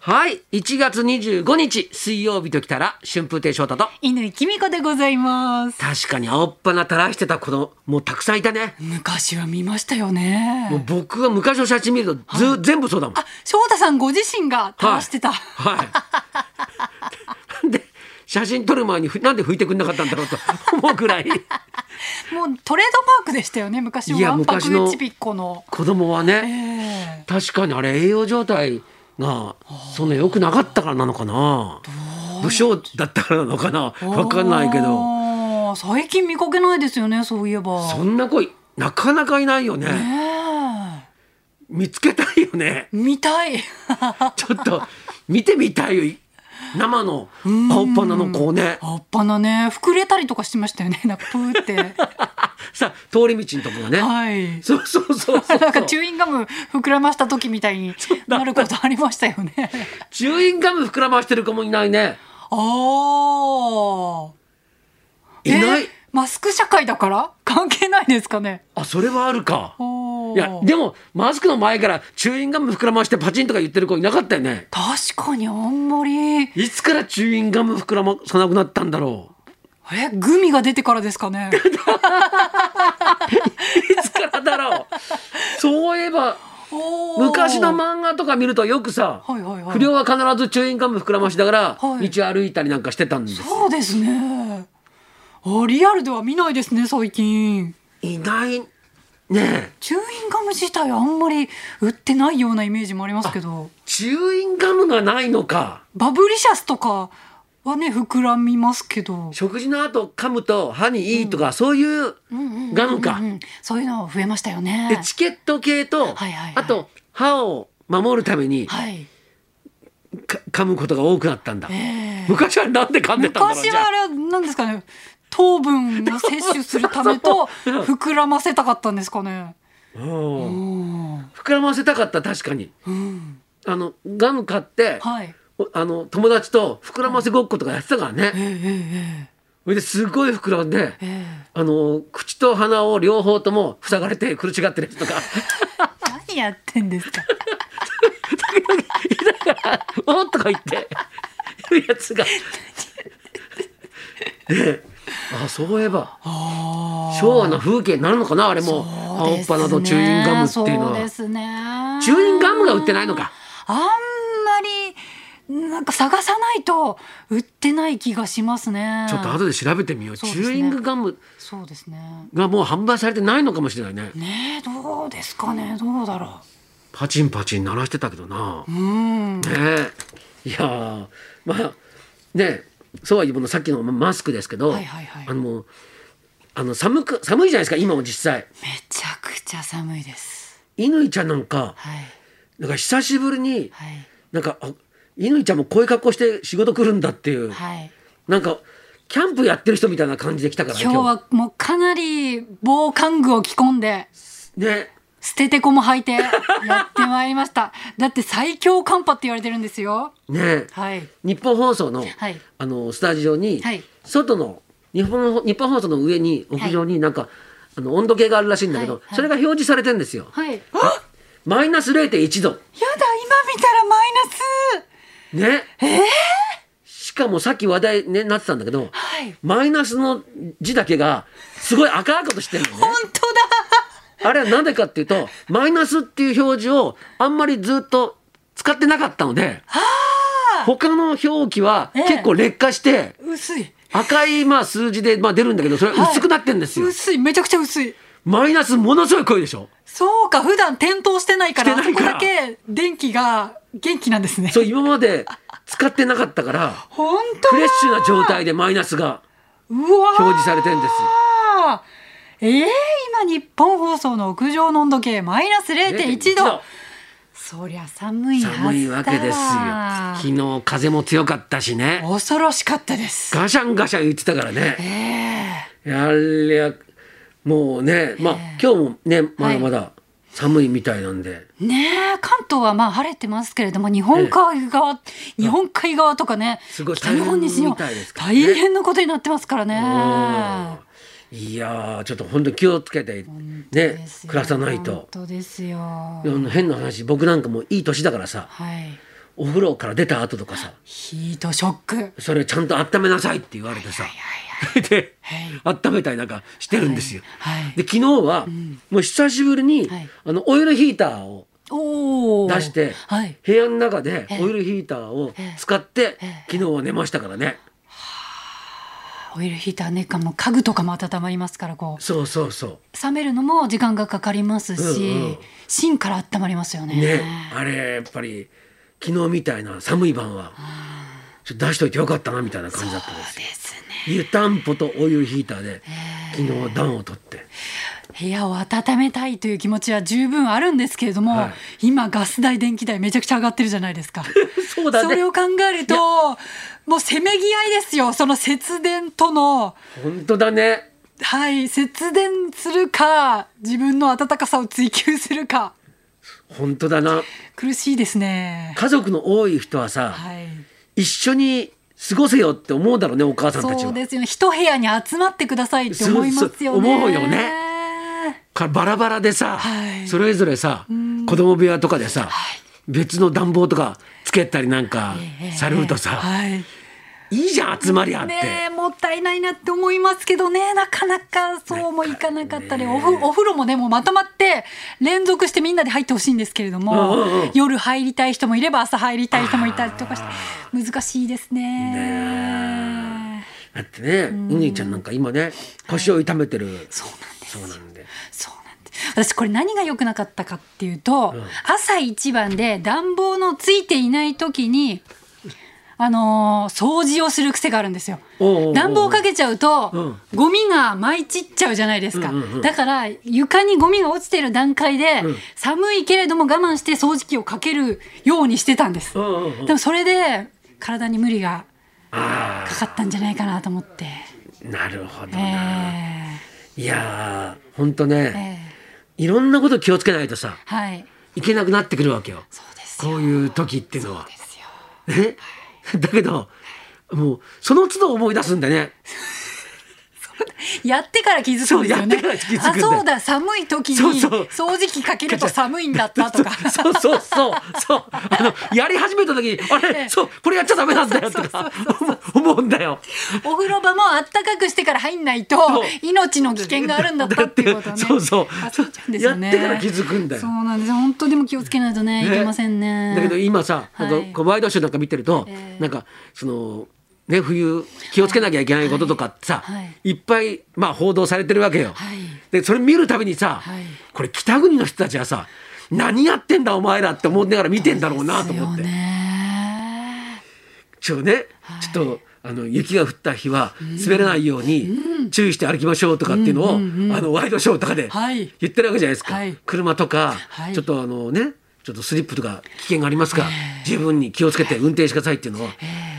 はい1月25日水曜日ときたら春風亭昇太と乾きみこでございます確かに青っ鼻垂らしてた子供もうたくさんいたね昔は見ましたよもうね僕は昔の写真見るとず、全部そうだもんあ、翔太さんご自身が垂らしてた、はい。 なんで写真撮る前にふなんで拭いてくれなかったんだろうと思うくらいもうトレードマークでしたよね昔いやのわんぱ昔のくちびっこの子供はえね、え確かにあれ栄養状態がそんな良くなかったからなのかな武将だったからなのかな分かんないけどど最近見かけないですよねそういえばそんな子いなかなかいないよねね見つけたいよねえ見た いちょっと見てみたいよい生の青っ鼻の子をねあっぱなね膨れたりとかしてましたよねなんかプーって さ通り道のとこがね、はいそうそうそうそうなんかチューインガム膨らました時みたいになることありましたよねチューインガム膨らましてる子もいないねああいない、えーマスク社会だから 関係ないですかねあそれはあるかおーいやでもマスクの前からチューインガム膨らましてパチンとか言ってる子いなかったよね確かにあんまりえいつからチューインガム膨らまさなくなったんだろグミが出てからです かねういつからだろうそういえばおー昔の漫画とか見るとよくさ、はいはいはい不良は必ずチューインガム膨らましながら道はい歩いたりなんかしてたんです、そうですねあリアルでは見ないですね最近い、ないねえチューインガム自体あんまり売ってないようなイメージもありますけどチューインガムがないのかバブリシャスとかはね膨らみますけど食事の後噛むと歯にいいとか、そういうガムか、うんうんうんそういうの増えましたよエねチケット系と、はいはいはいあと歯を守るためにはいか噛むことが多くなったんだ、ええ昔はなんで噛んでたんだろう昔じはゃあれは何ですかね糖分を摂取するためと そうそう膨らませたかったんですかね。あ、うんうん膨らませたかった確かにうんあのガム買って、はい。おあの友達と膨らませごっことかやってたからねええええそれですごい膨らんでええあの口と鼻を両方とも塞がれて苦しがってるやつとか何やってんですか。 おっとか言っていうやつが。 ねえあそういえばあー昭和の風景になるのかなあれもそう青でっすね鼻とチューインガムっていうのそうではすね。チューインガムが売ってないのか。あんまりなんか探さないと売ってない気がしますね。ちょっと後で調べてみよう。そうチでュすーねイングガムそうですね。がもう販売されてないのかもしれないね。ねえどうですかねどうだろパチンパチン鳴らしてたけどな。う。うん。ねえ、いやーまあねえそうは言うものさっきのマスクですけど、はいはいはいあのもうあの寒く寒いじゃないですか今も実際。めちゃくちゃ寒いです。乾ちゃんなんかはいなんか久しぶりにはいなんかあ乾ちゃんもこういう格好して仕事来るんだっていう、はい。なんかキャンプやってる人みたいな感じで来たから今日はもうかなり防寒具を着込んで今日ね捨ててこも履いてやってまいりました。だって最強寒波って言われてるんですよ。ねえはい日本放送の、はいあのスタジオに、はい外の日本日本放送の上に屋上になんか、あの温度計があるらしいんだけど、はいはいそれが表示されてんですよ。はい。あやだマイナス0.1度今見たらマイナス。ね。しかもさっき話題ねなってたんだけど、はい。マイナスの字だけがすごい赤々としてるのね。本当だ。あれはなぜかっていうとマイナスっていう表示をあんまりずっと使ってなかったので他の表記はええ結構劣化して、薄い。赤いまあ数字でまあ出るんだけどそれはい薄くなってんですよ、薄いめちゃくちゃ薄い。マイナスものすごい濃いでしょそうか普段点灯してないからしてないからあそこだけ電気が元気なんですね。そう今まで使ってなかった から本当フだレッシュな状態でマイナスがうわー表示されてんですええ今日本放送の屋上の温度計マイナス0.1度そりゃ寒いはずだ寒いわけですよ昨日風も強かったしね恐ろしかったですガシャンガシャン言ってたからねええやりゃもうねまあええ今日もねまだまだ寒いみたいなんで、ねえ関東はまあ晴れてますけれども日本海側、日本海側とかねすごい北日本西日本大変みたいですけどね大変なことになってますからね。うんいやーちょっと本当に気をつけてねですよ暮らさない本と。当ですよ。いやあの変な話僕なんかもういい年だからさはい。お風呂から出た後とかさヒートショック。はいそれちゃんと温めなさいって言われてさは でいはい。温めたり なんかしてるんですよ。はいはいで昨日はもう久しぶりに、はいあのオイルヒーターをおお。出してはい。部屋の中でええオイルヒーターをええ使ってええ昨日は寝ましたからね。オイルヒーターね、かも家具とかも温まりますから、こそうそうそう冷めるのも時間がかかりますし、うんうん芯から温まりますようね。ねあれやっぱり昨日みたいな寒い晩はちょっと出しといてよかったなみたいな感じだったんでそうすでよ。すね。湯たんぽとオイルヒーターでえ昨日暖を取ってー部屋を温めたいという気持ちは十分あるんですけれども、はい今ガス代電気代めちゃくちゃ上がってるじゃないで すか。そうだそれねを考えるともうせめぎ合いですよその節電との本当だねはい節電するか自分の温かさを追求するか本当だな苦しいですね家族の多い人はさ、はい一緒に過ごせよって思うだろうねお母さんたちそはうですよね一部屋に集まってくださいって思いますよそねうそう思うよねかバラバラでさ、はいそれぞれさ子供部屋とかでさ、はい別の暖房とかつけたりなんかええされるとさ、はいいいじゃん集まりあって、ねえもったいないなって思いますけどねなかなかそうもいかなかったり、おふお風呂もねもうまとまって連続してみんなで入ってほしいんですけれども、うんうんうん夜入りたい人もいれば朝入りたい人もいたりとかして難しいですねねだってねうにちゃんなんか今ね腰を痛めてる、そうなんですそうなんでそうなんです私これ何が良くなかったかっていうと、朝一番で暖房のついていない時にあのー掃除をする癖があるんですよおうおうおう暖房かけちゃうと、うんゴミが舞い散っちゃうじゃないですか、うんうんうんだから床にゴミが落ちてる段階で、うん寒いけれども我慢して掃除機をかけるようにしてたんです、うんうんうんでもそれで体に無理があかかったんじゃないかなと思って、あなるほどえな、えいやーほんとね、ええいろんなこと気をつけないとさはいいけなくなってくるわけよそうですよこういう時っていうのは。ですよね、だけどもうその都度思い出すんでねやってから気づくんですよね。そうやってから気づくんだよあ、そうだ、寒い時にそうそう掃除機かけると寒いんだったとか。 そうそうそうそうあのやり始めた時にあれそうこれやっちゃダメなんだよとか思う思うんだよ。お風呂場もあったかくしてから入んないとそう命の危険があるんだったっていうことをね。そうそう忘れちゃうんですよね。やってから気づくんだよそうなんです。本当でも気をつけないとね、いけませんね。だけど今さなんはいかこうワイドショーなんか見てると、ええなんかその。ね、冬気をつけなきゃいけないこととかってさ、、はいはいっぱい、まあ、報道されてるわけよ。はいでそれ見るたびにさ、はいこれ北国の人たちはさ何やってんだお前らって思いながら見てんだろうなと思って。ですよね。ちょね、はいちょっとあの雪が降った日は滑らないように注意して歩きましょうとかっていうのを、あのワイドショーとかではい言ってるわけじゃないですか、はい車とか、はいちょっとあのねちょっとスリップとか危険がありますから、十分に気をつけて運転してくださいっていうのを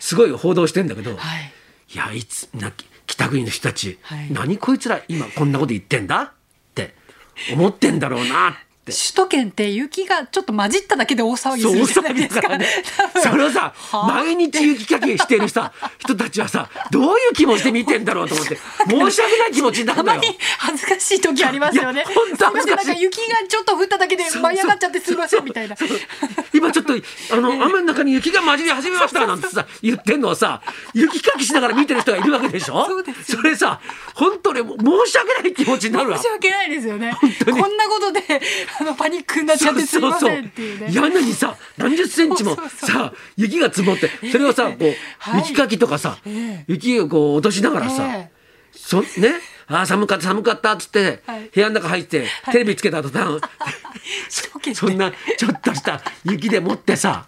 すごい報道してんだけど、はい。い、やいつな北国の人たち、はい何こいつら今こんなこと言ってんだって思ってんだろうなって。首都圏って雪がちょっと混じっただけで大騒ぎすそうるじゃない騒ぎでだすかか。らね多分それをさはあ毎日雪かきしてるさ人たちはさどういう気持ちで見てんだろうと思って申し訳ない気持ちになたるまのよに。恥ずかしい時ありますよいね。や本当恥ずかしいすませんなんか雪がちょっと降っただけで舞い上がっちゃってすいませんみたいな。そうそう今ちょっとあの雨の中に雪が混じり始めましたなんてさ言ってんのをさ雪かきしながら見てる人がいるわけでしょそうですそれさ本当に申し訳ない気持ちになるわ申し訳ないですよね。当にこんなことであのパニックになっちゃってすいませんっていうね。やなにさ何十センチもそうそうそうさ雪が積もってそれを さこう、はい雪かきとかさ、え雪をこう落としながらさ、ええそねあー寒かった寒かったっつって、はい部屋の中入ってテレビつけた途端、首都圏ってそんなちょっとした 雪でもってさ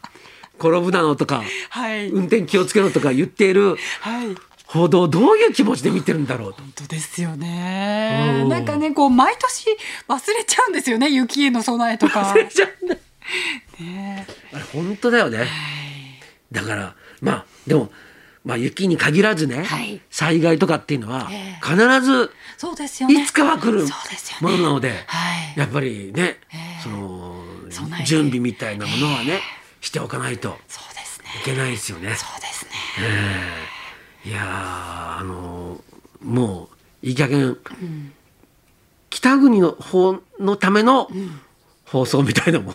転ぶなのとかはい、運転気をつけろとか言っているはい本報道をどういう気持ちで見てるんだろうと。当ですよねう。んなんかねこう毎年忘れちゃうんですよね雪への備えとか。忘れちゃうんだねあれ本当だよね、だからまあでも、まあ、雪に限らずね、はい災害とかっていうのはええ必ずそうですよね。いつかは来るそうですよものね。なのではいやっぱりね、ええその備えて準備みたいなものはね、しておかないとそうですね。いけないですよね。そうですね。いやーあのーもういい加減、北国の方のための放送みたいなのも、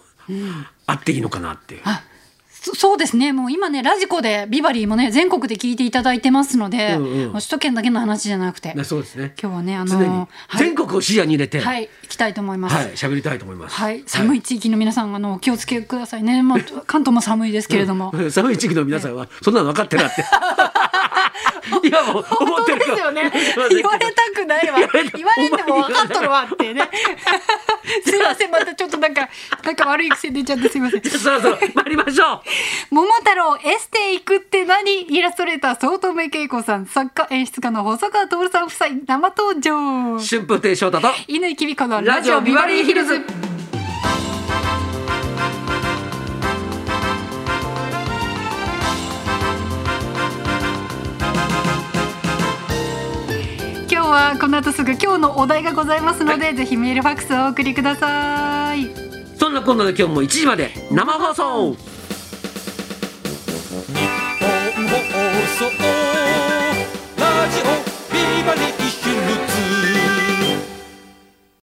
あっていいのかなっていう。あそそうですねもう今ねラジコでビバリーもね全国で聞いていただいてますので、うんうんもう首都圏だけの話じゃなくてねそうですね。今日はねあ常にのはい全国を視野に入れて、は、はいい行きたいと思います。はい喋りたいと思います。寒い地域の皆さん、あの、お気をつけくださいね。まあ、関東も寒いですけれども。うん寒い地域 の皆さんはそんなの分かってな って。今も思本ってる当でかすよねもしれませんけど言われたくないわ言われても分かっとるわってね すいませんまたちょっとなんかなんか悪い癖出ちゃってすいませんそろそろ参りましょう。桃太郎エステ行くって何イラストレーター早乙女恵子さん作家演出家の細川徹さん夫妻生登場春風亭昇太と犬きびこのララジジオオビビババリリーーヒヒルルズズ。今日はこの後すぐ今日のお題がございますので、ぜひメールファックスをお送りください。そんなこんなで今日も1時まで生放送。日本放送